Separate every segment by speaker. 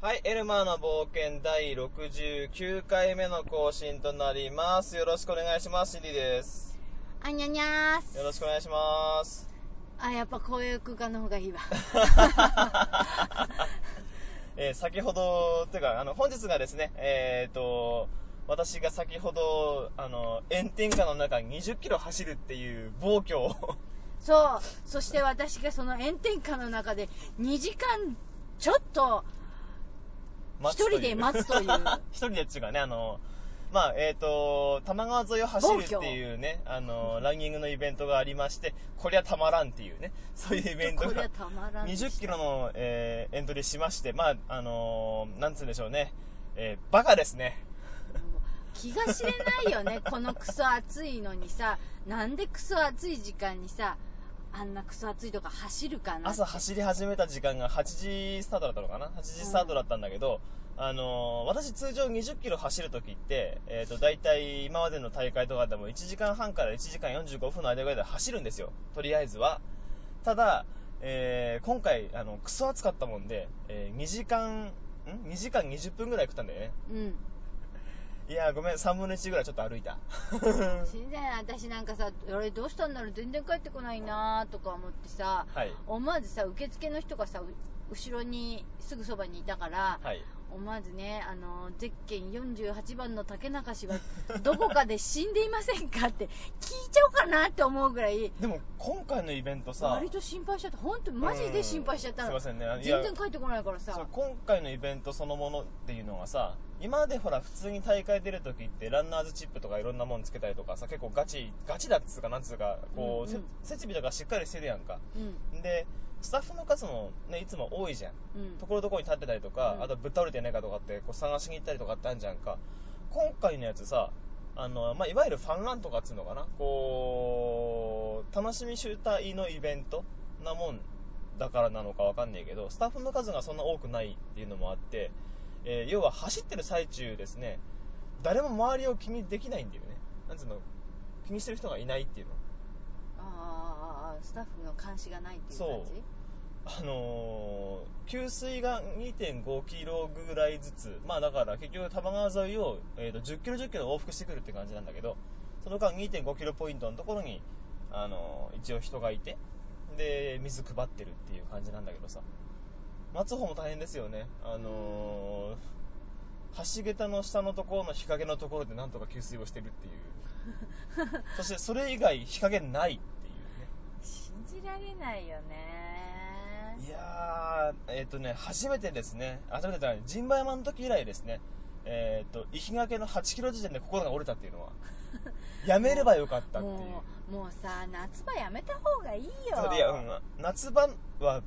Speaker 1: はい、エルマーの冒険第69回目の更新となります。よろしくお願いします。シンディです。
Speaker 2: あにゃにゃーす。
Speaker 1: よろしくお願いします。
Speaker 2: あ、やっぱこういう空間の方がいいわ。
Speaker 1: えー先ほど、というか、あの、本日がですね、えっ、と、私が先ほど、あの、炎天下の中20キロ走るっていう暴挙を
Speaker 2: そう。そして私がその炎天下の中で2時間ちょっと一
Speaker 1: 待つという
Speaker 2: 人で待つという。
Speaker 1: 一人でっていうかね、あの、まあ、えっ、と、多摩川沿いを走るっていうね、あの、ランニングのイベントがありまして、こりゃたまらんっていうね、そういうイベント
Speaker 2: これ
Speaker 1: が
Speaker 2: は、たまらんでした。
Speaker 1: 20キロの、えーエントリーしまして、まあ、あのーなんつうんでしょうね、えーバカですね。
Speaker 2: 気が知れないよね。このクソ暑いのにさ、なんでクソ暑い時間にさ、あんなクソ暑いとか走るかな。
Speaker 1: 朝走り始めた時間が8時スタートだったのかな ?8 時スタートだったんだけど、あのー私通常20キロ走るときって、えっ、と、だいたい今までの大会とかでも1時間半から1時間45分の間ぐらいで走るんですよ。とりあえずは。ただ、えー今回、あの、クソ暑かったもんで、え2時間、ん ?2 時間20分ぐらい食ったんだよね。
Speaker 2: うん。
Speaker 1: いやーごめん、3分の1ぐらいちょっと歩いた。
Speaker 2: 死んだよ私なんかさ、あれどうしたんだろう全然帰ってこないなーとか思ってさ、
Speaker 1: はい。
Speaker 2: 思わずさ、受付の人がさ、う後ろにすぐそばにいたから、
Speaker 1: はい。
Speaker 2: 思わずね、あの、ゼッケン48番の竹中氏は、 どこかで死んでいませんかって、聞いちゃおうかなって思うぐらい、
Speaker 1: でも、今回のイベントさ、
Speaker 2: 割と心配しちゃった。本当マジで心配しちゃった
Speaker 1: うん
Speaker 2: の。
Speaker 1: すいませんねあの。いや
Speaker 2: 全然帰ってこないから
Speaker 1: そう
Speaker 2: さ。
Speaker 1: 今回のイベントそのものっていうのがさ今までほら普通に大会出るときってランナーズチップとかいろんなもんつけたりとかさ結構ガチガチだっつうかなんつうかこう、
Speaker 2: うんうん
Speaker 1: せ設備とかしっかりしてるやんか
Speaker 2: うん。
Speaker 1: でスタッフの数もねいつも多いじゃん
Speaker 2: うん
Speaker 1: と。ころどころに立ってたりとか、
Speaker 2: うん
Speaker 1: あとぶっ倒れてないかとかってこう探しに行ったりとかってあるじゃんか今回のやつさあの、まあ、いわゆるファンランとかっつうのかなこう楽しみ集大のイベントなもんだからなのかわかんないけどスタッフの数がそんな多くないっていうのもあって、えー要は走ってる最中ですね誰も周りを気にできないんだよねなんつうの気にしてる人がいないっていうの
Speaker 2: あースタッフの監視がないっていう感
Speaker 1: そう
Speaker 2: じ
Speaker 1: あのー給水が2.5キロぐらいずつ、まあだから結局多摩川沿いを、えー、と10キロ10キロ往復してくるって感じなんだけど、その間2.5キロポイントのところに、あのー一応人がいて、で、水配ってるっていう感じなんだけどさ、待つ方も大変ですよね。あのー橋桁の下のところの日陰のところでなんとか給水をしてるっていう。そしてそれ以外日陰ないっていうね。
Speaker 2: 信じられないよね
Speaker 1: いやー、えっ、とね、初めてですね、初めてじゃない、ジンバヤマの時以来ですね、えっ、と、石垣の8キロ時点で心が折れたっていう のは、やめればよかったっていう。
Speaker 2: もうもうさ夏場やめた方がいいよ
Speaker 1: それでいや、うん、夏場は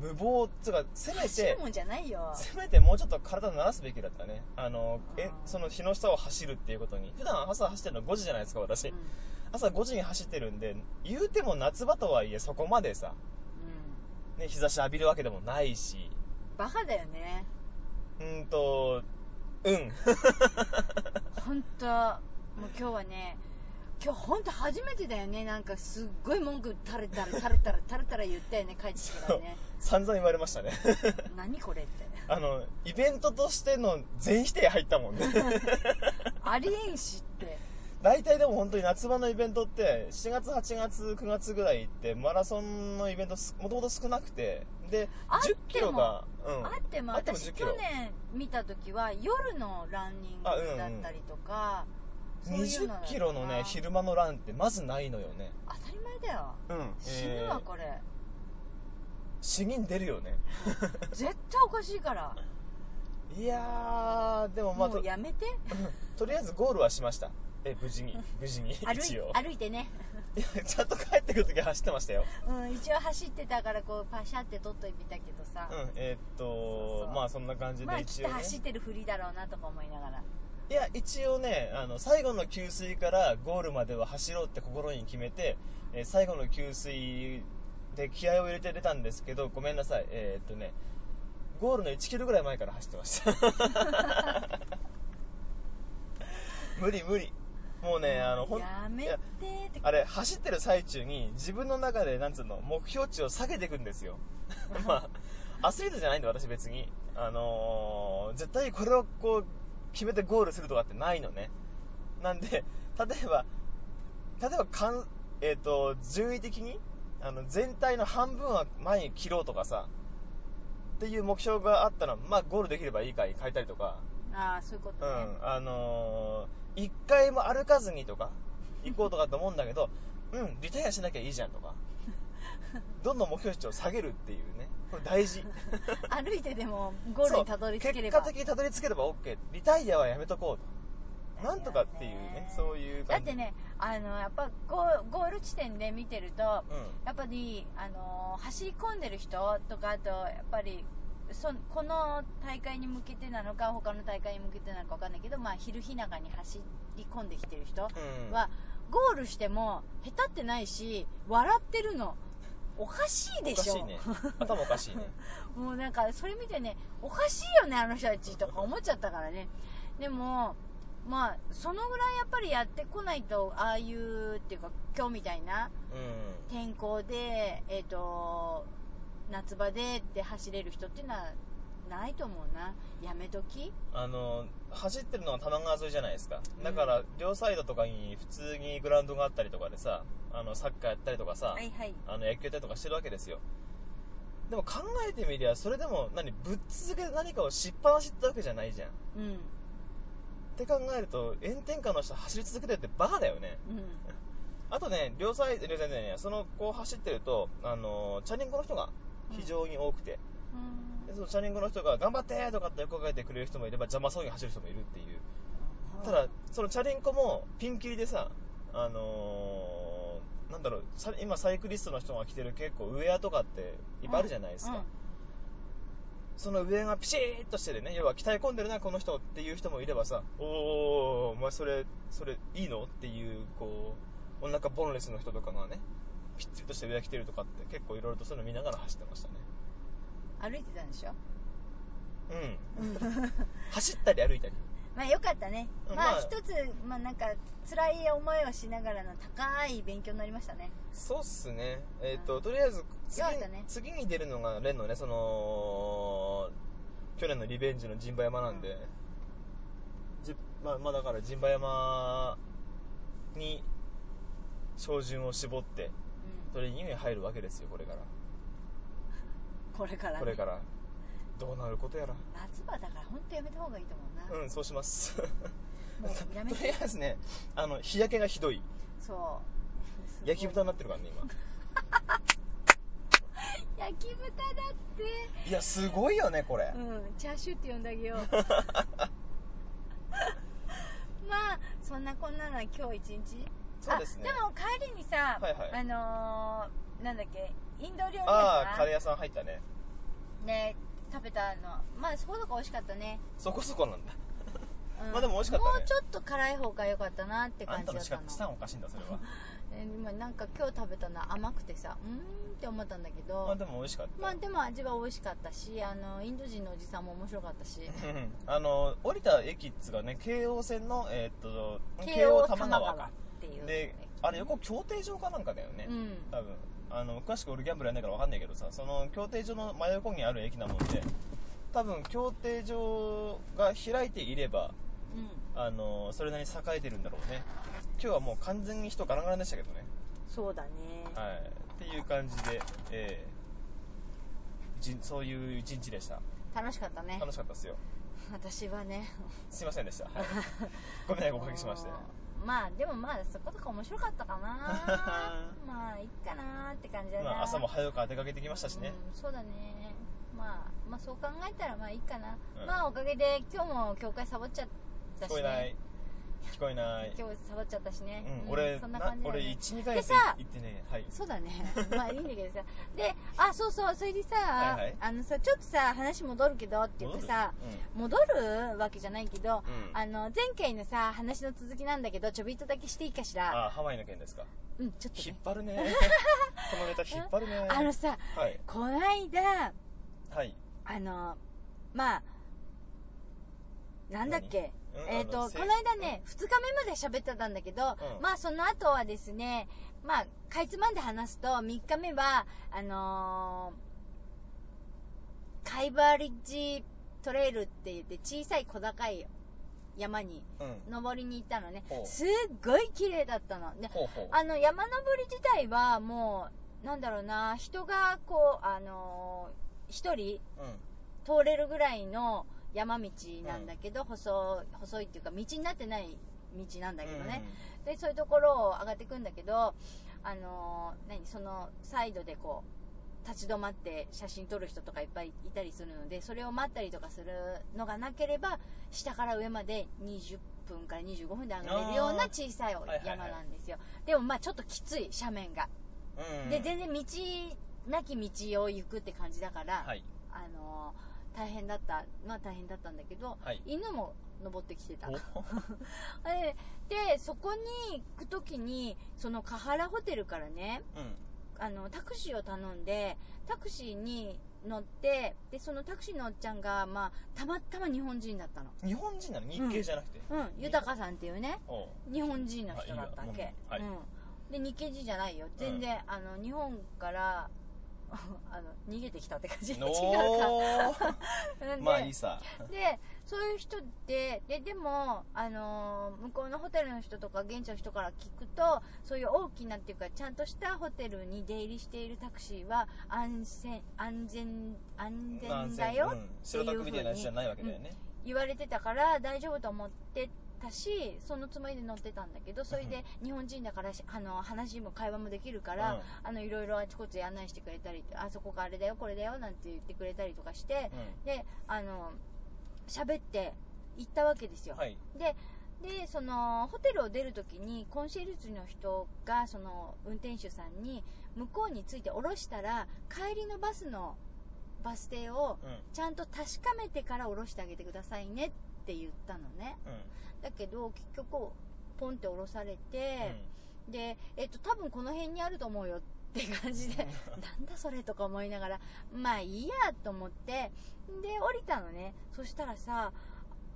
Speaker 1: 無謀、つうか、せめ
Speaker 2: 走る
Speaker 1: て、
Speaker 2: もんじゃないよ
Speaker 1: せめてもうちょっと体を慣らすべきだったね。あの、え
Speaker 2: あ、ー
Speaker 1: その日の下を走るっていうことに。普段朝走ってるの5時じゃないですか、私。
Speaker 2: うん
Speaker 1: 朝5時に走ってるんで、言うても夏場とはいえそこまでさ、
Speaker 2: う
Speaker 1: ね、日差し浴びるわけでもないし、
Speaker 2: んバカだよね
Speaker 1: うーんと、うん。
Speaker 2: 本当もう今日はね今日本当初めてだよねなんかすっごい文句垂れたら垂れたら垂れたら言ったよね帰ってきたからね
Speaker 1: 散々言われましたね
Speaker 2: 何これって
Speaker 1: あのイベントとしての全否定入ったもんね
Speaker 2: ありえんしって
Speaker 1: 大体でも本当に夏場のイベントって7月8月9月ぐらいってマラソンのイベントすもともと少なくてで
Speaker 2: あって
Speaker 1: 10
Speaker 2: も
Speaker 1: キロが、うん、
Speaker 2: あっても
Speaker 1: あっても
Speaker 2: 私
Speaker 1: 10キ
Speaker 2: 去
Speaker 1: ロ
Speaker 2: 年見た時は夜のランニング
Speaker 1: あうんうん
Speaker 2: だったりとか、そういうのだ
Speaker 1: 20
Speaker 2: った
Speaker 1: キロのね昼間のランってまずないのよね
Speaker 2: 当たり前だよ
Speaker 1: うん
Speaker 2: 死ぬわこれ、
Speaker 1: 死人出るよね
Speaker 2: 絶対おかしいから
Speaker 1: いやーでもまあ
Speaker 2: も
Speaker 1: と
Speaker 2: うやめて
Speaker 1: とりあえずゴールはしましたえ無 事に無事に
Speaker 2: 歩
Speaker 1: 一応
Speaker 2: い歩いてね、
Speaker 1: いやちゃんと帰ってくるとき走ってましたよ
Speaker 2: うん、一応走ってたからこうパシャって取っといたけどさ、
Speaker 1: うん、えーっと
Speaker 2: そうそう
Speaker 1: まあそんな感じ
Speaker 2: まあ
Speaker 1: で
Speaker 2: きっ
Speaker 1: 一応、
Speaker 2: と
Speaker 1: ね
Speaker 2: 走ってるふりだろうなとか思いながら
Speaker 1: いや一応ねあの最後の給水からゴールまでは走ろうって心に決めて、えー最後の給水で気合を入れて出たんですけどごめんなさいえーっとねゴールの1キロぐらい前から走ってま した無理無理もうねあのほん
Speaker 2: やめ
Speaker 1: い
Speaker 2: て
Speaker 1: や
Speaker 2: って
Speaker 1: あれ走ってる最中に自分の中でなんつうの目標値を下げていくんですよまあアスリートじゃないんで私別にあのー絶対これをこう決めてゴールするとかってないのねなんで例えば例えばかん、えー、と順位的にあの全体の半分は前に切ろうとかさっていう目標があったらまあゴールできればいいかい変えたりとか
Speaker 2: ああそういうこと
Speaker 1: う
Speaker 2: ね、
Speaker 1: ん、あのー、一回も歩かずにとか、行こうとかと思うんだけ ど、うん、リタイアしなきゃいいじゃんとか、どんどん目標値を下げるっていうね、これ大事。
Speaker 2: 歩いてでもゴールにたどり着ければ
Speaker 1: そう結果的にたどり着ければ OK。リタイアはやめとこうと。なんとかっていうね、そういう
Speaker 2: だ
Speaker 1: 感
Speaker 2: っ
Speaker 1: じ。
Speaker 2: て。ねあのやっぱゴーゴール地点で見てるとや
Speaker 1: うん。
Speaker 2: っぱり、あの走り込んでる人とかあとやっぱりそこの大会に向けてなのか他の大会に向けてなのか分かんないけど、まあ、昼日中に走り込んできてる人
Speaker 1: うん。
Speaker 2: は、ゴールしても下手ってないし笑ってるのおかしいで
Speaker 1: おか
Speaker 2: しょ
Speaker 1: しいね。頭おかしいね。
Speaker 2: もうなんかそれ見てねおかしいよねあの人たちとか思っちゃったからねでもまあそのぐらいやっぱりやってこないとああいうっていうか今日みたいな
Speaker 1: うん。
Speaker 2: 天候でえっ、と夏場でって走れる人っていうのはないと思うなやめとき
Speaker 1: あの走ってるのは多摩川沿いじゃないですか
Speaker 2: うん
Speaker 1: だから両サイドとかに普通にグラウンドがあったりとかでさあのサッカーやったりとかさ、
Speaker 2: はいはい
Speaker 1: あの野球やったりとかしてるわけですよでも考えてみりゃそれでも何ぶっ続けて何かをしっぱなしってわけじゃないじゃんっ
Speaker 2: うんうん
Speaker 1: て考えると炎天下の人走り続けてるってバカだよねあとね両サイド両サイドじゃないやそのこう走ってるとあのチャリンコの人が非常に多くて、
Speaker 2: うん
Speaker 1: でそのチャリンコの人が頑張ってとかって声かけてくれる人もいれば邪魔そうに走る人もいるっていうただそのチャリンコもピンキリでさあのーなんだろうさ今サイクリストの人が着てる結構ウェアとかっていっぱいあるじゃないですか、
Speaker 2: うん
Speaker 1: その上がピシーッとしてるね要は鍛え込んでるなこの人っていう人もいればさおーおーお前それそれいいのっていうこうお腹ボンレスの人とかがねピッチリとして上着てるとかって結構いろいろとそういうの見ながら走ってましたね
Speaker 2: 歩いてたんでしょ
Speaker 1: うん走ったり歩いたり
Speaker 2: まあよかったね、
Speaker 1: うん
Speaker 2: ま
Speaker 1: ま
Speaker 2: あ
Speaker 1: あ
Speaker 2: 一つ、まあ、なんか辛い思いをしながらの高い勉強になりましたね
Speaker 1: そうっすねえっ、ととりあえず次,、
Speaker 2: よかったね
Speaker 1: 次に出るのがレンのねその去年のリベンジの陣馬山なんで、
Speaker 2: うん
Speaker 1: じまあまあだから陣馬山に照準を絞って
Speaker 2: う
Speaker 1: トレーニングに入るわけですよこれから
Speaker 2: ん、これから、ね、
Speaker 1: これからどうなることやら
Speaker 2: 夏場だから本当やめた方がいいと思うな、
Speaker 1: うんそうします
Speaker 2: もうや め
Speaker 1: とり
Speaker 2: て
Speaker 1: あえずねあの日焼けがひどい
Speaker 2: そうすごい
Speaker 1: 焼き豚になってるからね
Speaker 2: 焼き豚だっ
Speaker 1: 今いやすごいよねこれ、
Speaker 2: てうんチャーシューって呼んで あげようまあそんなこんなのは今日一日
Speaker 1: そうですね
Speaker 2: あでも帰りにさ、
Speaker 1: はいはい
Speaker 2: あのー、なんだっけインド料理屋
Speaker 1: ああ
Speaker 2: さ
Speaker 1: カレー屋さん入ったね
Speaker 2: んね食べたのまあそこそこ美味しかったね
Speaker 1: そこそこなんだ
Speaker 2: うん
Speaker 1: まあでも美味しかったね
Speaker 2: もうちょっと辛い方が良かったなって
Speaker 1: あ
Speaker 2: 感
Speaker 1: ん
Speaker 2: じ
Speaker 1: た
Speaker 2: だっ
Speaker 1: の
Speaker 2: たの
Speaker 1: 舌がおかしいんだそれ は
Speaker 2: えー今なんか今日食べたのは甘くてさうーんって思ったんだけど
Speaker 1: まあでも美味しかった
Speaker 2: まあでも味は美味しかったしあのインド人のおじさんも面白かったし
Speaker 1: うんあの降りた駅っつうかね京王線のえーっと
Speaker 2: 慶応多摩川
Speaker 1: か
Speaker 2: っていう
Speaker 1: であれ横競艇場かなんかだよね、
Speaker 2: うん
Speaker 1: 多分あの詳しく俺ギャンブルやんないから分かんないけどさその競艇場の真横にある駅なもんで多分競艇場が開いていれば
Speaker 2: うん
Speaker 1: あのそれなりに栄えてるんだろうね今日はもう完全に人ガラガラでしたけどね
Speaker 2: そうだね
Speaker 1: はい、っていう感じで、えーじんそういう一日でした
Speaker 2: 楽しかったね
Speaker 1: 楽しかったですよ
Speaker 2: 私はね
Speaker 1: すいませんでした、はい、ご迷惑おかけしま して
Speaker 2: あのまあでもまあそことか面白かったか なまあいっかなって感じだな、
Speaker 1: まあ、朝も早くから出かけてきましたしね、
Speaker 2: うん、そうだねまあまあそう考えたらまあいいかな、
Speaker 1: うん
Speaker 2: まあおかげで今日も教会サボっちゃった
Speaker 1: 聞
Speaker 2: し、ね、
Speaker 1: こえない聞こえない、
Speaker 2: 今日サボっちゃったしね、
Speaker 1: うん、
Speaker 2: うん
Speaker 1: 俺
Speaker 2: そんな
Speaker 1: な
Speaker 2: 感じだよ
Speaker 1: 俺
Speaker 2: ね
Speaker 1: 12回行
Speaker 2: で
Speaker 1: っ
Speaker 2: さ
Speaker 1: てねはい
Speaker 2: そうだね まあいいんだけどさであそうそうそれでさ、
Speaker 1: はいはい
Speaker 2: あのさちょっとさ話戻るけどって言ってさ戻るわけじゃないけど、
Speaker 1: 戻るうん、うん、
Speaker 2: あの前回のさ話の続きなんだけどちょびっとだけしていいかしら
Speaker 1: あハワイの件ですか
Speaker 2: うんちょっと
Speaker 1: 引っ
Speaker 2: ね
Speaker 1: 張るね このネタ引っ張るね
Speaker 2: あのさ
Speaker 1: はい
Speaker 2: こないだ
Speaker 1: はい
Speaker 2: あのまあなんだっけ
Speaker 1: 何うん
Speaker 2: え
Speaker 1: あ
Speaker 2: っ、と
Speaker 1: のせ
Speaker 2: この間ね2日目まで喋ってたんだけど、
Speaker 1: うん
Speaker 2: まあその後はですねまあかいつまんで話すと3日目はあのーカイバーリッジトレイルって言って小さい小高い山に
Speaker 1: うん
Speaker 2: 登りに行ったのね
Speaker 1: ほう
Speaker 2: すっごい綺麗だったので
Speaker 1: ほうほう
Speaker 2: あの山登り自体はもうなんだろうな人がこうあの一人
Speaker 1: う
Speaker 2: 通れるぐらいの山道なんだけど、細い細いっていうか道になってない道なんだ
Speaker 1: ん
Speaker 2: けどね、でそういうところを上がっていくんだけどあのー何そのサイドでこう立ち止まって写真撮る人とかいっぱいいたりするのでそれを待ったりとかするのがなければ下から上まで20分から25分で上がれるような小さい
Speaker 1: はいはい
Speaker 2: 山なんですよ、でもまあちょっときつい斜面が、
Speaker 1: うんうん
Speaker 2: で全然道なき道を行くって感じだから、
Speaker 1: はい
Speaker 2: あの大変だったのは大変だったんだけど
Speaker 1: はい
Speaker 2: 犬も登ってきてた
Speaker 1: お
Speaker 2: えでそこに行く時にそのカハラホテルからね
Speaker 1: うん
Speaker 2: あのタクシーを頼んでタクシーに乗ってでそのタクシーのおっちゃんが、まあ、たまたま日本人だったの
Speaker 1: 日本人なの日系じゃなくて、
Speaker 2: うん豊さんっていうね
Speaker 1: おう
Speaker 2: 日本人の人だったわけ、
Speaker 1: あいいわ
Speaker 2: うん、で日系人じゃないよ全然、あの日本から あの逃げてきたって感 じ違うか
Speaker 1: おー
Speaker 2: なんで
Speaker 1: まあいいさ
Speaker 2: でそういう人ってででも、あのー向こうのホテルの人とか現地の人から聞くとそういう大きなっていうかちゃんとしたホテルに出入りしているタクシーは安全安全安全だよ、
Speaker 1: まあうん白タクみたいなやつじゃないわけだよね
Speaker 2: 言われてたから大丈夫と思ってたしそのつもりで乗ってたんだけどそれで日本人だからしあの話も会話もできるから、あのいろいろあちこち案内してくれたりあそこがあれだよこれだよなんて言ってくれたりとかして、
Speaker 1: うんう
Speaker 2: であの喋って行ったわけですよ、
Speaker 1: んはい
Speaker 2: ででそのホテルを出るときにコンシェルジュの人がその運転手さんに向こうについて降ろしたら帰りのバスのバス停を
Speaker 1: うん
Speaker 2: ちゃんと確かめてから降ろしてあげてくださいねって言ったのね
Speaker 1: う
Speaker 2: だけど結局ポンって降ろされ
Speaker 1: ん
Speaker 2: て、で、えっと、多分この辺にあると思うよって感じで、なんだそれとか思いながら、まあいいやと思って、で、降りたのね。そしたらさ、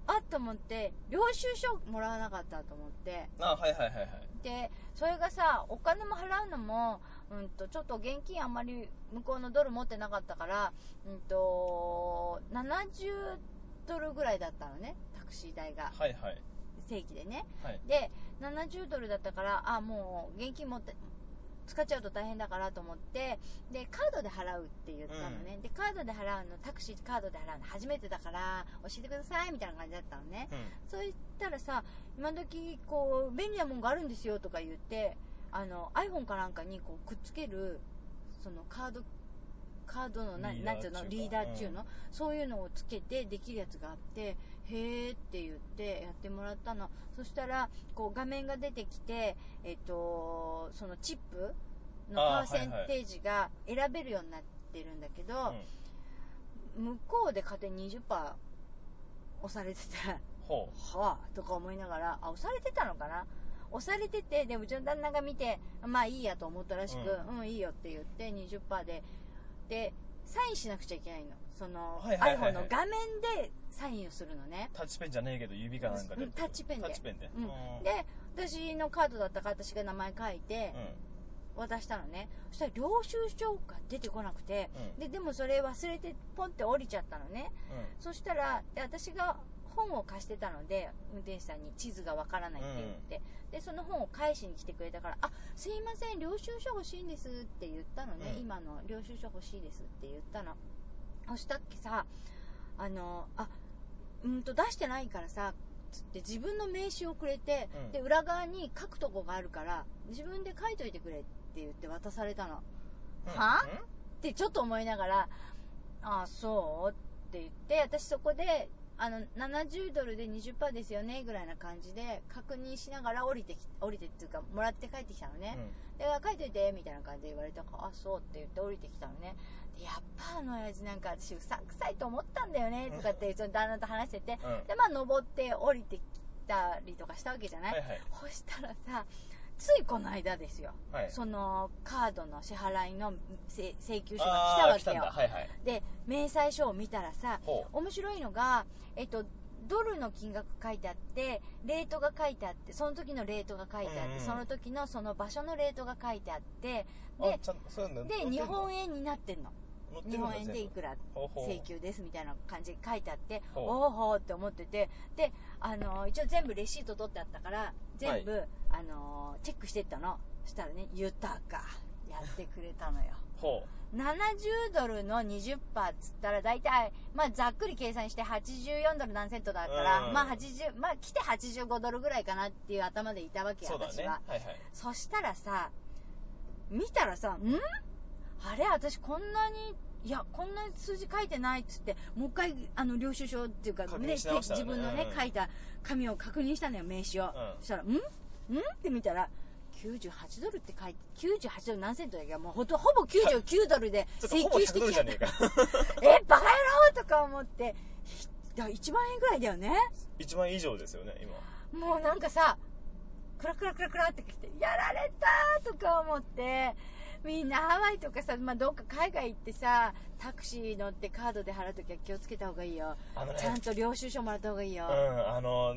Speaker 2: あっと思って、領収書もらわなかったと思って。
Speaker 1: あはいはいはいはい
Speaker 2: で、それがさ、お金も払うのも、うんと、ちょっと現金あんまり向こうのドル持ってなかったから、うんと、70ドルぐらいだったのね、タクシー代が。
Speaker 1: はいはい
Speaker 2: 正規でね。
Speaker 1: はい
Speaker 2: で70ドルだったからあもう現金持って使っちゃうと大変だからと思ってでカードで払うって言ったのね、でカードで払うのタクシーカードで払うの初めてだから教えてくださいみたいな感じだったのね
Speaker 1: うん
Speaker 2: そう言ったらさ今時こう便利なもんがあるんですよとか言ってあの iPhone かなんかにこうくっつけるそのカードカードのな
Speaker 1: リーダ
Speaker 2: な
Speaker 1: ー
Speaker 2: んてい
Speaker 1: ってい
Speaker 2: うの
Speaker 1: うか
Speaker 2: リーダーっていうの、そういうのをつけてできるやつがあってへーって言ってやってもらったのそしたらこう画面が出てきてえっとそのチップの
Speaker 1: あ
Speaker 2: パ
Speaker 1: ー
Speaker 2: ーセンテージが選べるようになってるんだけど、
Speaker 1: うん
Speaker 2: 向こうで勝手に20%押されてて
Speaker 1: ほ
Speaker 2: はあとか思いながらあ押されてたのかな押されててでうちの旦那が見てまあいいやと思ったらしく、うんいいよって言って20%ででサインしなくちゃいけないのその、
Speaker 1: はいはいはいはい
Speaker 2: iPhone の画面でサインをするのね
Speaker 1: うタッチペンじゃねえけど指かなんか
Speaker 2: う
Speaker 1: で
Speaker 2: んタッチペンで
Speaker 1: タッチペンで
Speaker 2: うんで私のカードだったから私が名前書いて
Speaker 1: う
Speaker 2: 渡したのねそしたら領収書が出てこなくて
Speaker 1: んうん
Speaker 2: ででもそれ忘れてポンって降りちゃったのね
Speaker 1: う
Speaker 2: そしたらで私が本を貸してたので運転手さんに地図がわからないって言って、でその本を返しに来てくれたから「あすいません領収書欲しいんです」って言ったのね、
Speaker 1: うん
Speaker 2: 今の領収書欲しいですって言ったのそしたっけさあのあうんと出してないからさつって自分の名刺をくれて、
Speaker 1: うん
Speaker 2: で裏側に書くとこがあるから自分で書いといてくれって言って渡されたの
Speaker 1: ん
Speaker 2: は
Speaker 1: うん
Speaker 2: ってちょっと思いながら、ああ、そうって言って、私そこで、あの、70ドルで20%ですよね、ぐらいな感じで、確認しながら降りてき、降りてっていうか、もらって帰ってきたのね。で、書いといて、みたいな感じで言われたから、あ、そうって言って降りてきたのね。でやっぱあの親父なんか私うさんくさいと思ったんだよね、とかって、その旦那と話してて、
Speaker 1: うんうん
Speaker 2: で、まあ登って降りてきたりとかしたわけじゃない、
Speaker 1: はいはい
Speaker 2: そしたらさ、ついこの間ですよ。
Speaker 1: はい
Speaker 2: そのカードの支払いのせ請求書
Speaker 1: あー
Speaker 2: が来
Speaker 1: 来
Speaker 2: た
Speaker 1: た
Speaker 2: わ
Speaker 1: ん
Speaker 2: け
Speaker 1: だ
Speaker 2: よ
Speaker 1: はいはい
Speaker 2: で明細書を見たらさ
Speaker 1: ほ
Speaker 2: 面白いのが、えっと、ドルの金額書いてあってレートが書いてあってその時のレートが書いてあって、
Speaker 1: うんうん
Speaker 2: その時のその場所のレートが書いてあって
Speaker 1: うあ
Speaker 2: で
Speaker 1: ちゃんとそういうの
Speaker 2: で日本円になってんの
Speaker 1: な載って
Speaker 2: 日
Speaker 1: るんだ
Speaker 2: 本円でいくら
Speaker 1: ほうほう
Speaker 2: 請求ですみたいな感じで書いてあって
Speaker 1: ほう
Speaker 2: おおほうって思っててであの一応全部レシート取ってあったから全部、あのチェックしてったのそしたらね豊かやってくれたのよ
Speaker 1: ほ
Speaker 2: 70ドルの20%っつったら大体、まあ、ざっくり計算して84ドル何セントだから、
Speaker 1: うん
Speaker 2: まあ80まあ来て85ドルぐらいかなっていう頭でいたわ
Speaker 1: う
Speaker 2: け
Speaker 1: そうだ
Speaker 2: 私
Speaker 1: ね
Speaker 2: は
Speaker 1: は。いはい
Speaker 2: そしたらさ、見たらさ、んあれ私こんなに、いや、こんな数字書いてないっつって、もう一回、あの、領収書っていうか、
Speaker 1: 確
Speaker 2: ね、
Speaker 1: 認し直したよ
Speaker 2: 自
Speaker 1: ね
Speaker 2: 分のね、
Speaker 1: うん
Speaker 2: 書いた紙を確認したのよ、名刺を。
Speaker 1: うん
Speaker 2: そしたら、んんって見たら、98ドルって書いて、98ドル何セントだっけもうほとほぼ99ドルで
Speaker 1: ちょっと
Speaker 2: 請
Speaker 1: ほぼ
Speaker 2: 求し
Speaker 1: 100
Speaker 2: て
Speaker 1: ドル
Speaker 2: き
Speaker 1: じ
Speaker 2: た
Speaker 1: ゃ。ねえか
Speaker 2: え、バカ野郎とか思って、ひいや1万円ぐらいだよね。
Speaker 1: 1万円以上ですよね今
Speaker 2: もうなんかさ、クラクラクラクラってきて、やられたーとか思って、みんなハワイとかさ、まあ、どっか海外行ってさ、タクシー乗ってカードで払うときは気をつけた方がいいよ。
Speaker 1: あのね
Speaker 2: ちゃんと領収書もらった方がいいよ。
Speaker 1: うんあの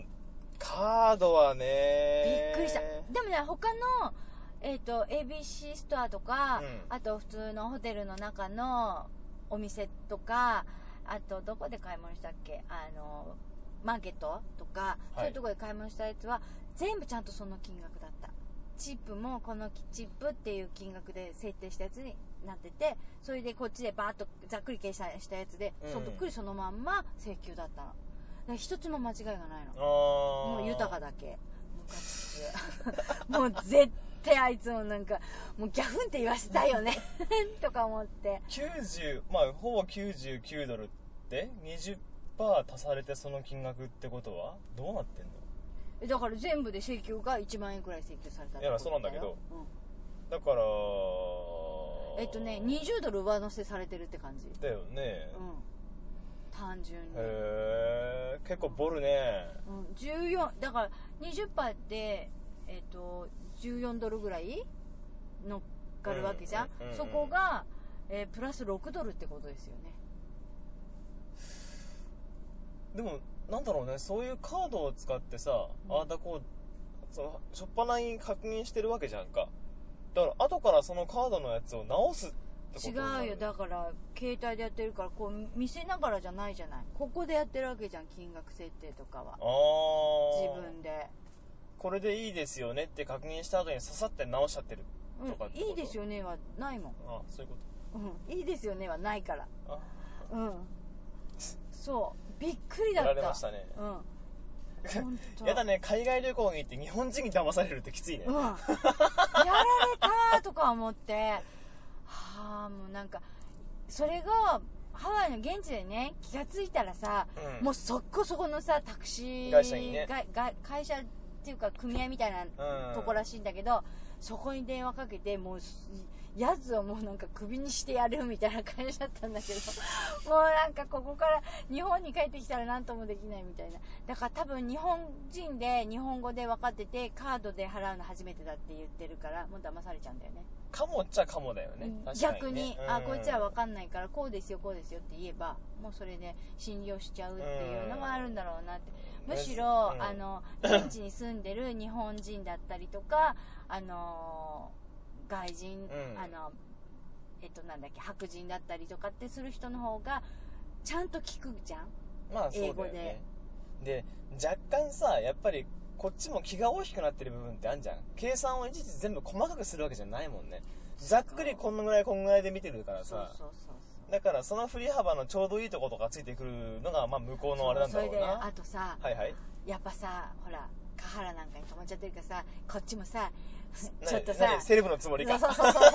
Speaker 1: カードは
Speaker 2: び
Speaker 1: ね
Speaker 2: っくりした。でもね、他の、えっ、と、ABC ストアとか、
Speaker 1: うん
Speaker 2: あと普通のホテルの中のお店とか、あとどこで買い物したっけあの、マーケットとか、
Speaker 1: い
Speaker 2: そういうとこで買い物したやつは、全部ちゃんとその金額だった。チップもこのチップっていう金額で設定したやつになってて、それでこっちでバーッとざっくり計算したやつで、
Speaker 1: うん
Speaker 2: そっくりそのまんま請求だったの。だから一つも間違いがないの。
Speaker 1: あも
Speaker 2: もう豊かだけ。ムカつく。もう絶対あいつもなんか、もうギャフンって言わせたいよね。 とか思って。
Speaker 1: 90まあほぼ99ドルって20パー足されてその金額ってことはどうなってんの
Speaker 2: だから全部で請求が1万円くらい請求されたってことだよ。
Speaker 1: いやそうなんだけど
Speaker 2: う
Speaker 1: だから
Speaker 2: んえっとね、20ドル上乗せされてるって感じ。
Speaker 1: だよね、
Speaker 2: うん。単純に。
Speaker 1: へえ結構ボルね
Speaker 2: うん、14だから20%で、えっと14ドルぐらい乗っかるわけじゃん,、
Speaker 1: うんうんうんうん
Speaker 2: そこが、えープラス6ドルってことですよね
Speaker 1: でもなんだろうねそういうカードを使ってさ、ああだこうそのしょっぱなに確認してるわけじゃんかだから後からそのカードのやつを直すってこと
Speaker 2: 違
Speaker 1: になる
Speaker 2: うよだから携帯でやってるからこう見せながらじゃないじゃないここでやってるわけじゃん金額設定とかは
Speaker 1: ああ
Speaker 2: 自分で、
Speaker 1: これでいいですよねって確認した後に刺さって直しちゃってるとかっ
Speaker 2: うん、
Speaker 1: てこと
Speaker 2: いいですよねはないもん、
Speaker 1: あそういうこ
Speaker 2: うん、いいですよねはないから
Speaker 1: とあ
Speaker 2: うんそうびっくりだ
Speaker 1: や
Speaker 2: った
Speaker 1: られましたね
Speaker 2: うん本当
Speaker 1: やだね海外旅行に行って日本人に騙されるってきついね、
Speaker 2: うん、やられたとか思って、はあ、もうなんか、それが、ハワイの現地でね、気がついたらさ、
Speaker 1: うん
Speaker 2: もうそこそこのさ、タクシー
Speaker 1: 会社にね
Speaker 2: がが会社っていうか、組合みたい
Speaker 1: うん
Speaker 2: なとこらしいんだけど、そこに電話かけて、もう、すやつをもうなんか首にしてやるみたいな感じだったんだけど、 もうなんかここから日本に帰ってきたら何ともできないみたいな。だから多分日本人で日本語で分かっててカードで払うの初めてだって言ってるからもう騙されちゃうんだよね
Speaker 1: かもっちゃかもだよね確か
Speaker 2: 逆
Speaker 1: ね
Speaker 2: に、
Speaker 1: うん
Speaker 2: あこいつら分かんないからこうですよこうですよって言えばもうそれで信用しちゃうっていうのはあるんだろうなって、むしろ、
Speaker 1: うん
Speaker 2: あの現地に住んでる日本人だったりとかあのー外人、
Speaker 1: うん
Speaker 2: あのえっとなんだっけ白人だったりとかってする人の方がちゃんと聞くじゃん
Speaker 1: まあそうだよねで若干さやっぱりこっちも気が大きくなってる部分ってあるじゃん計算をいちいち全部細かくするわけじゃないもんねざっくりこんぐらいこんぐらいで見てるから
Speaker 2: そう
Speaker 1: さ
Speaker 2: そうそうそう
Speaker 1: だからその振り幅のちょうどいいとことかついてくるのがまあ向こうのあれなんだろ
Speaker 2: そうれで
Speaker 1: な
Speaker 2: あとさ、
Speaker 1: はいはい
Speaker 2: やっぱさほらカハラなんかに泊まっちゃってるからさこっちもさ
Speaker 1: な
Speaker 2: ちょっとさ
Speaker 1: なセレブのつもり
Speaker 2: そう
Speaker 1: か
Speaker 2: そうそうそう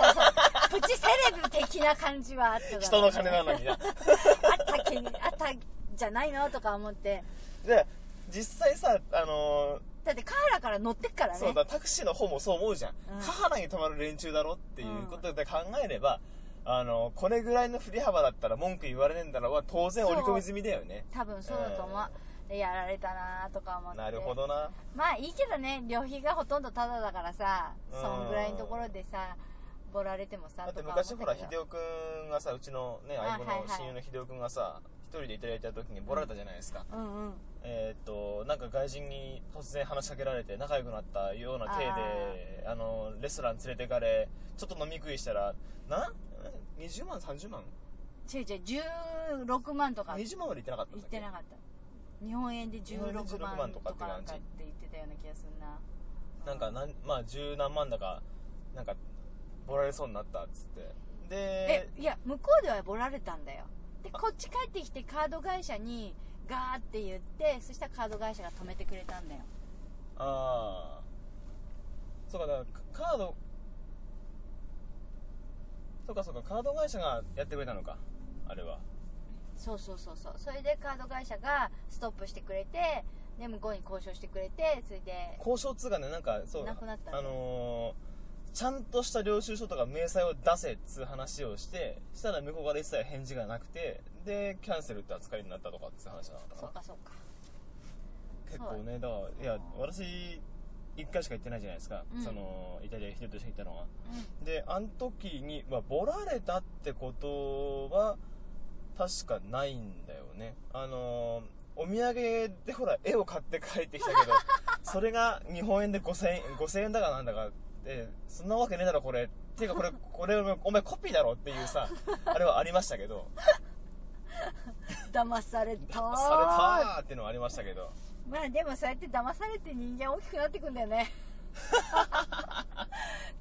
Speaker 2: そうプチセレブ的な感じはあっただろうね
Speaker 1: 人の金なのにな
Speaker 2: あったけにあったじゃないのとか思って
Speaker 1: で実際さあのー
Speaker 2: だってカハラから乗ってっからね
Speaker 1: そうだタクシーの方もそう思うじゃん、
Speaker 2: うん
Speaker 1: カハラに泊まる連中だろっていうことで考えれば、あのこれぐらいの振り幅だったら文句言われねえんだろうは当然織り込み済みだよね
Speaker 2: 多分そうだと思う、でやられたなとか思って
Speaker 1: なるほどな
Speaker 2: まあいいけどね旅費がほとんどタダだからさ
Speaker 1: うん
Speaker 2: そんぐらいのところでさボラれても
Speaker 1: だ
Speaker 2: さ
Speaker 1: って
Speaker 2: とか思った
Speaker 1: 昔
Speaker 2: け
Speaker 1: ほ
Speaker 2: ど
Speaker 1: ら秀夫君がさうちのね
Speaker 2: あ
Speaker 1: 相棒
Speaker 2: はい
Speaker 1: の
Speaker 2: はい
Speaker 1: 親友の秀夫君がさ一人でいただいた時にボラれたじゃないですか、
Speaker 2: うんうん
Speaker 1: えーっとなんか外人に突然話しかけられて仲良くなったような体であのレストラン連れてかれちょっと飲み食いしたらなん20万30万
Speaker 2: 違う違う16万とか言
Speaker 1: 20万まで行ってなかったん
Speaker 2: っ
Speaker 1: だっけ
Speaker 2: てなかった日本円で16
Speaker 1: 16
Speaker 2: 万
Speaker 1: 万
Speaker 2: と
Speaker 1: と
Speaker 2: か
Speaker 1: か
Speaker 2: な
Speaker 1: っ
Speaker 2: ん
Speaker 1: て
Speaker 2: か
Speaker 1: 感
Speaker 2: っ
Speaker 1: じ
Speaker 2: て言ってたような気がするな
Speaker 1: なんかなんまあ十何万だかなんかボられそうになったっつって
Speaker 2: え
Speaker 1: で
Speaker 2: いや向こうではボラれたんだよでこっち帰ってきてカード会社にガーって言ってそしたらカード会社が止めてくれたんだよ
Speaker 1: ああそうかだからカードそうかそうかカード会社がやってくれたのかあれは
Speaker 2: そうそうそうそうそれでカード会社がストップしてくれてで向こうに交渉してくれてそれで
Speaker 1: 交渉っつうかねなんかそう
Speaker 2: なくなったね
Speaker 1: あのーちゃんとした領収書とか明細を出せっつう話をしてしたら向こうから一切返事がなくてでキャンセルって扱いになったとかっつう話じゃなかった
Speaker 2: そ
Speaker 1: か
Speaker 2: う
Speaker 1: な
Speaker 2: かそうか
Speaker 1: 結構ねだからいや私1回しか行ってないじゃないですか、
Speaker 2: うん
Speaker 1: そのイタリア一人として行ったのは
Speaker 2: う
Speaker 1: であの時に、まあ、ボラれたってことは確かないんだよねあのーお土産でほら絵を買って帰ってきたけどそれが日本円で5000円5000円だかなんだかでそんなわけねえだろこれっていうかこれこれお前コピーだろっていうさあれはありましたけど
Speaker 2: ん騙された
Speaker 1: されたーっていうのはありましたけど
Speaker 2: まあでもそうやって騙されて人間大きくなってくんだ よね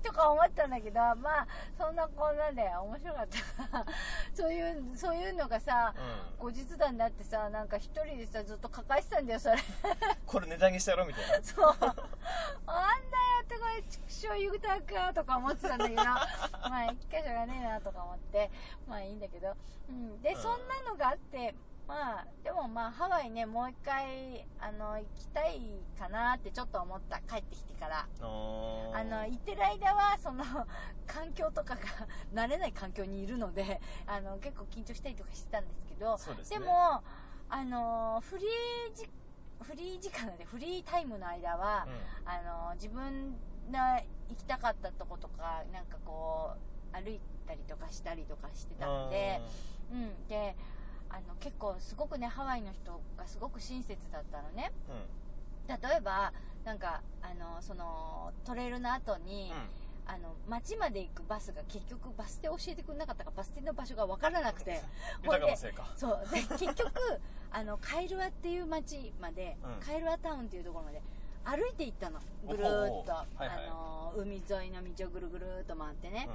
Speaker 2: とか思ったんだけどまあそんなこんなんで面白かったそういうそういうのがさ、
Speaker 1: うん
Speaker 2: 後日談だってさなんか一人でさずっと抱えてたんだよそれ
Speaker 1: これネタにしてやろうみたいな
Speaker 2: そうあんなやってこれ畜生ゆうたかとか思ってたん だけどまあ一箇所がねえなとか思ってまあいいんだけど、うん、で、
Speaker 1: うん
Speaker 2: そんなのがあってまあでもまあハワイねもう一回あの行きたいかなってちょっと思った帰ってきてから
Speaker 1: あ
Speaker 2: あの行ってる間はその環境とかが慣れない環境にいるのであの結構緊張したりとかしてたんですけど
Speaker 1: そうです
Speaker 2: で
Speaker 1: ね
Speaker 2: もあのフリーじフリー時間なんでフリータイムの間は、あの自分が行きたかったとことかなんかこう歩いたりとかしたりとかしてた
Speaker 1: うん
Speaker 2: ので、うん、であの結構すごくねハワイの人がすごく親切だったのね
Speaker 1: うん
Speaker 2: 例えばなんかあのそのトレイルの後に、あの町まで行くバスが結局バス停教えてくれなかったからバス停の場所が分からなくて
Speaker 1: うん豊かのせいか
Speaker 2: そうで結局 あのカイルアっていう町まで、
Speaker 1: うん
Speaker 2: カイルアタウンっていうところまで歩いて行ったのぐるーっと、
Speaker 1: おほうほうはいはい
Speaker 2: あの海沿いの道をぐるぐるーっと回ってね、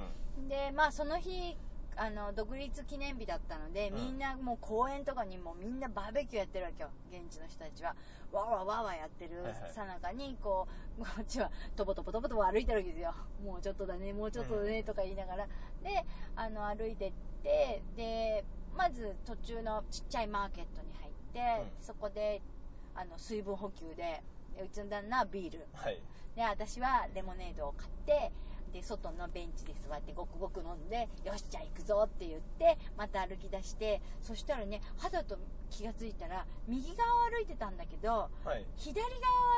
Speaker 1: う
Speaker 2: でまあその日あの独立記念日だったので、
Speaker 1: うん
Speaker 2: みんなもう公園とかにもみんなバーベキューやってるわけよ現地の人たちはわーわーわーわーやってる
Speaker 1: はいはい
Speaker 2: さなかにこうこっちはとぼとぼとぼとぼ歩いてるわけですよもうちょっとだねもうちょっとだねとか言いながら、であの歩いてってでまず途中のちっちゃいマーケットに入って、
Speaker 1: うん
Speaker 2: そこであの水分補給ででうちの旦那はビール
Speaker 1: んはい
Speaker 2: で私はレモネードを買ってで外のベンチで座ってごくごく飲んでよしじゃあ行くぞって言ってまた歩き出してそしたらね肌と気がついたら右側を歩いてたんだけど
Speaker 1: はい
Speaker 2: 左側を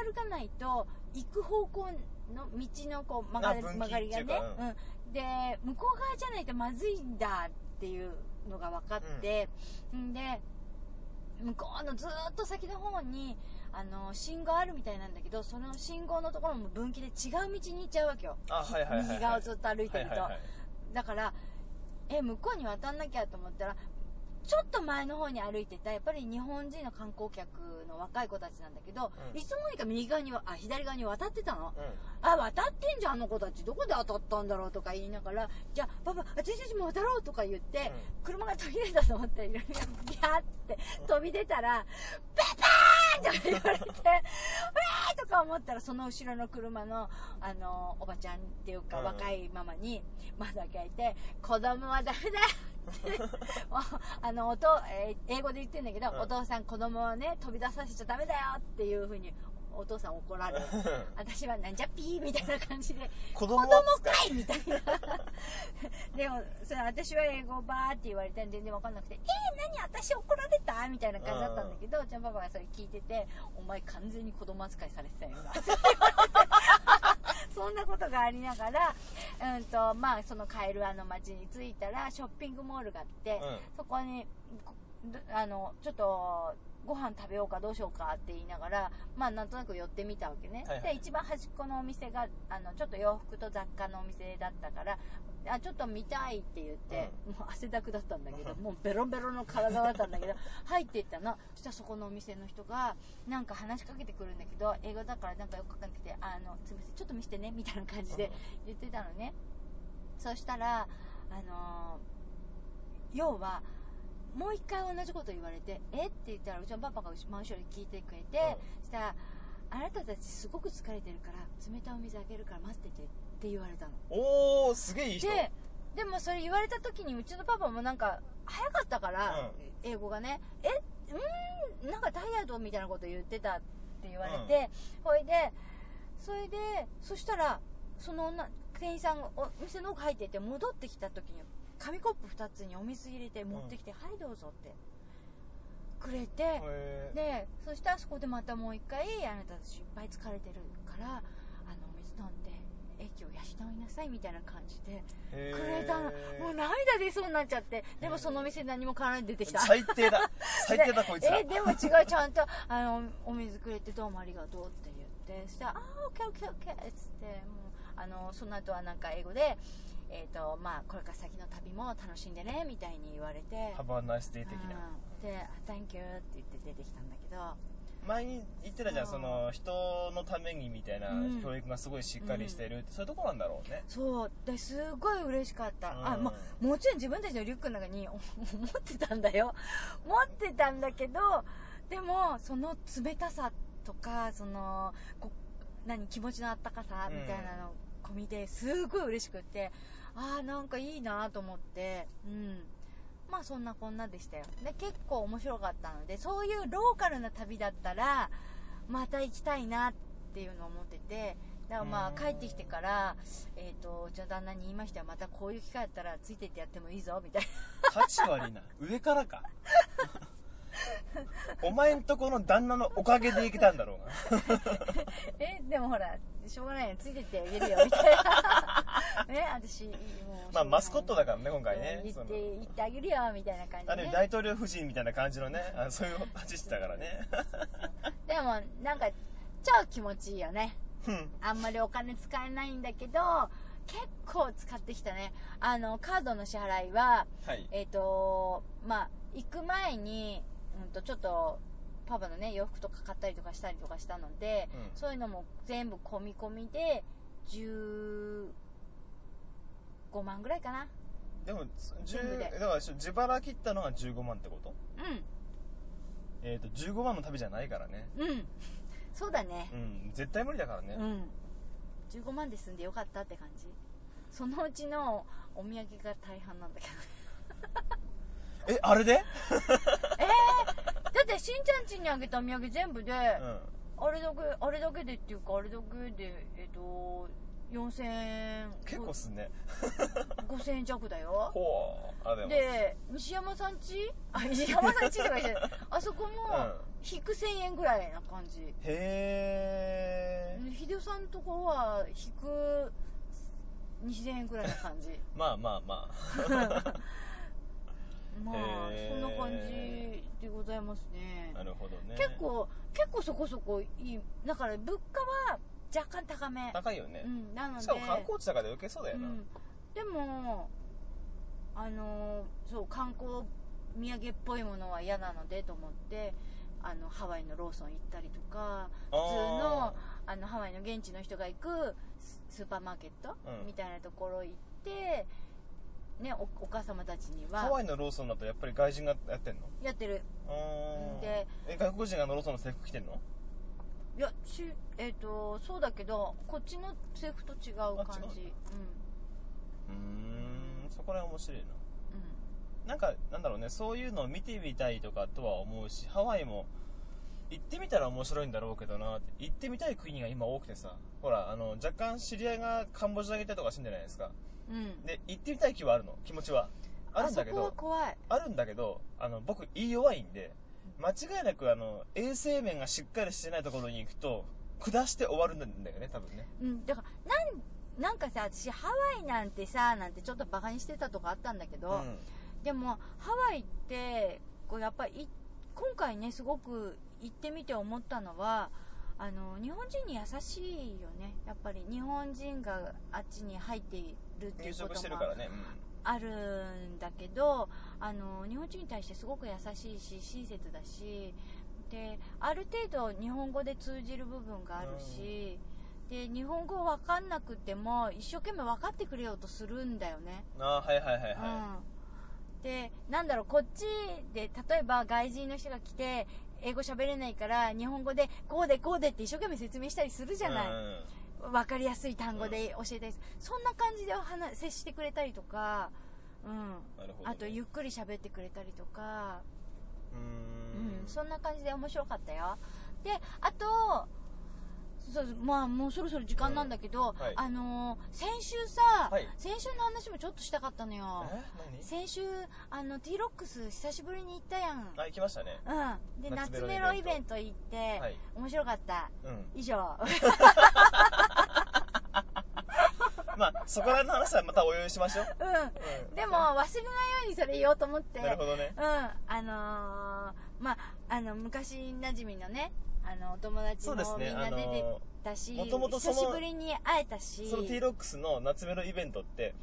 Speaker 2: 歩かないと行く方向の道のこう曲が
Speaker 1: あ
Speaker 2: り
Speaker 1: 分岐
Speaker 2: 曲がりが
Speaker 1: って
Speaker 2: ね
Speaker 1: いうか、
Speaker 2: うん、で向こう側じゃないとまずいんだっていうのが分かって、ん、で向こうのずーっと先の方にあの信号あるみたいなんだけどその信号のところも分岐で違う道に行っちゃうわけよ
Speaker 1: あはいはいはいはい
Speaker 2: 右側をずっと歩いて
Speaker 1: はい
Speaker 2: ると、
Speaker 1: はいはい
Speaker 2: だからえ向こうに渡んなきゃと思ったらちょっと前の方に歩いてたやっぱり日本人の観光客の若い子たちなんだけど、
Speaker 1: うん
Speaker 2: いつの間にか右側にはあ左側に渡ってたの
Speaker 1: うん
Speaker 2: あ渡ってんじゃんあの子たちどこで当たったんだろうとか言いながらじゃあパパ私たちも渡ろうとか言って、車が飛び出たと思っていろいろギャーって飛び出たら「ペパーン!」とか言われて「うわー!」とか思ったらその後ろの車のあのおばちゃんっていうか
Speaker 1: うん
Speaker 2: 若いママに窓開けて「子供はダメだ!」ってもうあのおと、えー英語で言ってんだけど、
Speaker 1: うん
Speaker 2: お父さん子供をね飛び出させちゃダメだよっていうふうにお父さん怒 られ
Speaker 1: うん
Speaker 2: 私はなんじゃぴーみたいな感じで
Speaker 1: 子供
Speaker 2: 子
Speaker 1: は
Speaker 2: 供かいみたいなでもそれ私は英語バーって言われて全然分かんなくて「えー、何私怒られた?」みたいな感じだったんだけどうちのパパがそれ聞いてて「お前完全に子供扱いされてたよな」って言 われてそんなことがありながら、うんとまあ、そのカエルアの街に着いたらショッピングモールがあっ
Speaker 1: う
Speaker 2: て、
Speaker 1: ん
Speaker 2: そこにこあのちょっとご飯食べようかどうしようかって言いながら、まあ、なんとなく寄ってみたわけね、
Speaker 1: はいはい
Speaker 2: で一番端っこのお店があのちょっと洋服と雑貨のお店だったからあちょっと見たいって言って、もう汗だくだったんだけ どもうベロベロの体だったんだけど入っていったのそしたらそこのお店の人がなんか話しかけてくるんだけど英語だからなんかよくわかんなくてあのすいませんちょっと見せてねみたいな感じで言ってたのねそしたら、あのー要はもう一回同じこと言われてえって言ったらうちのパパが真後ろに聞いてくれて、そしたらあなたたちすごく疲れてるから冷たいお水あげるから待っててって言われたの
Speaker 1: おおすげえいい人
Speaker 2: ででもそれ言われた時にうちのパパもなんか早かったから、英語がねえうーんなんかタイヤードみたいなこと言ってたって言われて、ほいでそれでそしたらその女店員さんがお店の奥入っていって戻ってきた時に紙コップ2つにお水入れて持ってきて、はいどうぞってくれて、
Speaker 1: へー
Speaker 2: でそしたらそこでまたもう一回あなたたちいっぱい疲れてるからあのお水飲んで液を養いなさいみたいな感じで
Speaker 1: へー
Speaker 2: くれたのもう涙出そうになっちゃってでもそのお店何も買わないで出てきた
Speaker 1: 最低 だ最低だこいつら
Speaker 2: えでも違うちゃんとあのお水くれてどうもありがとうって言ってそしたら「ああオッケーオッケーオッケー」っつってもうあのその後はなんか英語で、えーとまあ、これから先の旅も楽しんでねみたいに言われて
Speaker 1: Have a nice day 的な
Speaker 2: うんで「Thank you」って言って出てきたんだけど
Speaker 1: 前に言ってたじゃん
Speaker 2: うん
Speaker 1: その人のためにみたいな
Speaker 2: うん
Speaker 1: 教育がすごいしっかりしてるってそういうとこなんだろうね
Speaker 2: そうですごい嬉しかった、あ
Speaker 1: うん
Speaker 2: まあもちろん自分たちのリュックの中に お持ってたんだよ持ってたんだけどでもその冷たさとかそのこ何気持ちのあったかさ
Speaker 1: うん
Speaker 2: みたいなの込みですごい嬉しくってああなんかいいなと思ってうんまあそんなこんなでしたよで結構面白かったのでそういうローカルな旅だったらまた行きたいなっていうのを思っててだからま
Speaker 1: うん
Speaker 2: あ帰ってきてから、えー、とうちの旦那に言いましたよまたこういう機会あったらついてってやってもいいぞみたい
Speaker 1: 8割な上からか お前んとこの旦那のおかげでいけたんだろうな
Speaker 2: なえでもほらしょうがないよついてってあげるよみたい なね私もう
Speaker 1: まあマスコットだ
Speaker 2: か
Speaker 1: からね今回ね
Speaker 2: 言っ
Speaker 1: その
Speaker 2: て言ってあげるよみたいな感
Speaker 1: あ
Speaker 2: じ
Speaker 1: る意味
Speaker 2: で、ね、
Speaker 1: 大統領夫人みたいな感じのねあのそういう立ち位置だからね
Speaker 2: でもなんか超気持ちいいよね
Speaker 1: うん
Speaker 2: あんまりお金使えないんだけど結構使ってきたねあのカードの支払いは
Speaker 1: はい
Speaker 2: えっ、とまあ行く前に、うん、とちょっとパパのね洋服とか買ったりとかしたりとかしたので、
Speaker 1: うん
Speaker 2: そういうのも全部込み込みで15万ぐらいかな
Speaker 1: でも
Speaker 2: 全部
Speaker 1: 10だ
Speaker 2: で
Speaker 1: から自腹切ったのが15万ってこと
Speaker 2: う
Speaker 1: えっ、と15万の旅じゃないからね
Speaker 2: んうんそうだね
Speaker 1: うん絶対無理だからね、
Speaker 2: うん15万で済んでよかったって感じそのうちのお土産が大半なんだけど
Speaker 1: えあれで
Speaker 2: だってしんちゃんちにあげたお土産全部
Speaker 1: う
Speaker 2: で、
Speaker 1: ん
Speaker 2: あれだけあれだけでっていうかあれだけでえっ、と4000円
Speaker 1: 結構っすね
Speaker 2: 5000円弱だよ
Speaker 1: ほうあでも
Speaker 2: で西山さんち あ西山さんちとか言ってないあそこも
Speaker 1: うん
Speaker 2: 引く1000円ぐらいな感じ、
Speaker 1: へえ
Speaker 2: 秀夫さんのところは引く2000円ぐらいな感じ
Speaker 1: まあまあま
Speaker 2: まあ
Speaker 1: へー
Speaker 2: そんな感じでございますね
Speaker 1: あなるほどね
Speaker 2: 結構結構そこそこいいだから物価は若干高め
Speaker 1: 高いよね
Speaker 2: う、んなので
Speaker 1: しかも観光地だから余計そうだよな、
Speaker 2: うん、でもあのーそう観光土産っぽいものは嫌なのでと思ってあのハワイのローソン行ったりとか
Speaker 1: 普
Speaker 2: 普通のあのハワイの現地の人が行くススーパーマーケット
Speaker 1: うん
Speaker 2: みたいなところ行って、ね、おお母様たちに
Speaker 1: ハワ
Speaker 2: は
Speaker 1: イのローソンだとやっぱり外人がやってんの
Speaker 2: やってる
Speaker 1: うーん
Speaker 2: で
Speaker 1: え外国人がローソンの制服着てんの
Speaker 2: いやしえっ、とそうだけどこっちの制服と違う
Speaker 1: あ
Speaker 2: 感
Speaker 1: 違
Speaker 2: じ
Speaker 1: うーんそこら辺面白いな
Speaker 2: うんうん
Speaker 1: なんかなんだろうねそういうのを見てみたいとかとは思うしハワイも行ってみたら面白いんだろうけどなって行ってみたい国が今多くてさほらあの若干知り合いがカンボジアにいたりとかしてんじゃないですか
Speaker 2: うん、
Speaker 1: で行ってみたい気はあるの気持ちはあるんだけ
Speaker 2: そこは
Speaker 1: ど
Speaker 2: 怖い
Speaker 1: あるんだけどあの僕言い弱いんで間違いなくあの衛生面がしっかりしてないところに行くと下して終わるんだよね多分ね
Speaker 2: うん、だからなんなんかさ私ハワイなんてさなんてちょっとバカにしてたとこあったんだけど、
Speaker 1: ん
Speaker 2: でもハワイってこうやっぱり今回ねすごく行ってみて思ったのはあの日本人に優しいよねやっぱり日本人があっちに入っているってい
Speaker 1: 入
Speaker 2: うこ
Speaker 1: 植して
Speaker 2: と
Speaker 1: る
Speaker 2: も
Speaker 1: からね、
Speaker 2: あるんだけどあの日本人に対してすごく優しいし親切だしである程度日本語で通じる部分があるし、で日本語わかんなくても一生懸命分かってくれようとするんだよね、
Speaker 1: うん、ああーはいはいはいは
Speaker 2: うん、でなんだろうこっちで例えば外人の人が来て英語喋れないから日本語でこうでこうでって一生懸命説明したりする
Speaker 1: い
Speaker 2: じゃない、
Speaker 1: うん
Speaker 2: 分かりやすい単語で教えたり、そんな感じで話接してくれたりとか、うん、
Speaker 1: なるほどね、
Speaker 2: あとゆっくり喋ってくれたりとか、
Speaker 1: うー
Speaker 2: うん
Speaker 1: ん
Speaker 2: そんな感じで面白かったよであとそうまあもうそろそろ時間なんだけど、
Speaker 1: うんはい
Speaker 2: あのー先週さ、
Speaker 1: はい
Speaker 2: 先週の話もちょっとしたかったのよ
Speaker 1: え
Speaker 2: 先週あの T ロックス久しぶりに行ったやん、
Speaker 1: 何あ行きましたね
Speaker 2: うんで夏
Speaker 1: 夏
Speaker 2: メ
Speaker 1: メ
Speaker 2: ロ
Speaker 1: ロ
Speaker 2: イ
Speaker 1: イ
Speaker 2: ベ
Speaker 1: ベ
Speaker 2: ン
Speaker 1: ン
Speaker 2: ト行って、
Speaker 1: はい
Speaker 2: 面白かった
Speaker 1: うん
Speaker 2: 以上
Speaker 1: まあそこら辺の話はまたお用意しましょう、
Speaker 2: うん
Speaker 1: うん
Speaker 2: でも忘れないようにそれ言おうと思って
Speaker 1: なるほどね
Speaker 2: うんあのーまああの昔なじみのねあのお友達
Speaker 1: そ
Speaker 2: も
Speaker 1: うです
Speaker 2: み
Speaker 1: ね
Speaker 2: んな出てたし、
Speaker 1: あのーもともとそ
Speaker 2: 久
Speaker 1: の
Speaker 2: しぶりに会えたし
Speaker 1: その T ロックスの夏メロイベントって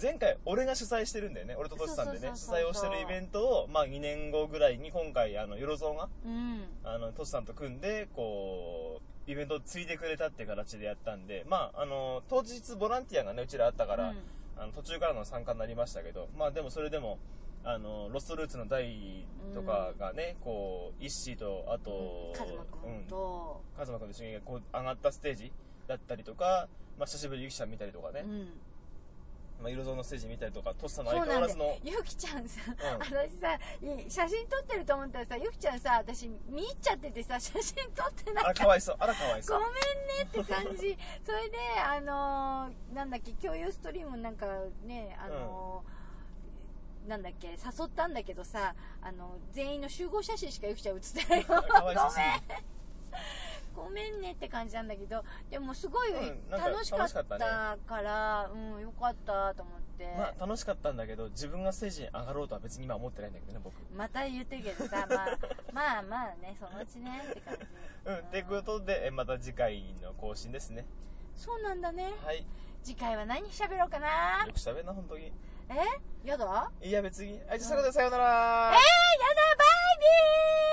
Speaker 1: 前回俺が主催してるんだよね俺とトシさんでね
Speaker 2: そう
Speaker 1: 主
Speaker 2: そうそうそう
Speaker 1: 催をしてるイベントを、まあ、2年後ぐらいに今回あのヨロゾンが
Speaker 2: うん
Speaker 1: あのトシさんと組んでこうイベントを継いでくれたっていう形でやったんで、まあ、あの当日ボランティアがねうちらあったから、
Speaker 2: うん
Speaker 1: あの途中からの参加になりましたけど、まあ、でもそれでもあのロストルーツの代とかがね、こうイッシーとあと、
Speaker 2: カズマ
Speaker 1: う
Speaker 2: 君
Speaker 1: ん
Speaker 2: と、
Speaker 1: カズマ君と一緒にこう上がったステージだったりとか、まあ、久しぶりにゆきちゃん見たりとかね、
Speaker 2: うん
Speaker 1: まあ、色ぞのステージ見たりとか、トシさんの
Speaker 2: そ
Speaker 1: 相
Speaker 2: う
Speaker 1: 変わ
Speaker 2: な
Speaker 1: ら
Speaker 2: んだ
Speaker 1: ずの
Speaker 2: よ、ゆきちゃんさ、
Speaker 1: ん
Speaker 2: 私さい写真撮ってると思ったらさゆきちゃんさ私見入っちゃっててさ写真撮ってな
Speaker 1: あ
Speaker 2: からった
Speaker 1: かわいそう、あらかわいそ
Speaker 2: ご
Speaker 1: う。
Speaker 2: めんねって感じそれであのーなんだっけ共有ストリームなんかねあのーなんだっけ誘ったんだけどさあの全員の集合写真しかゆきちゃん写ってないよ
Speaker 1: あかわいそうすぎる
Speaker 2: ごめんねって感じなんだけどでもすごい
Speaker 1: うんなんか
Speaker 2: 楽しかった
Speaker 1: 楽しか
Speaker 2: から、うんよかったと思って、
Speaker 1: まあ楽しかったんだけど、自分がステージに上がろうとは別に今は思ってないんだけどね、僕。
Speaker 2: また言ってるけどさ、ま あ、まあまあねそのうちねって感じ
Speaker 1: うん、ってことで、えまた次回の更新ですね。
Speaker 2: そうなんだね
Speaker 1: はい。
Speaker 2: 次回は何喋ろうかな
Speaker 1: よく喋んな、本当に。
Speaker 2: えやだ
Speaker 1: いや、別に。あ、じゃあ、それではさようなら。
Speaker 2: えー、やだバイビー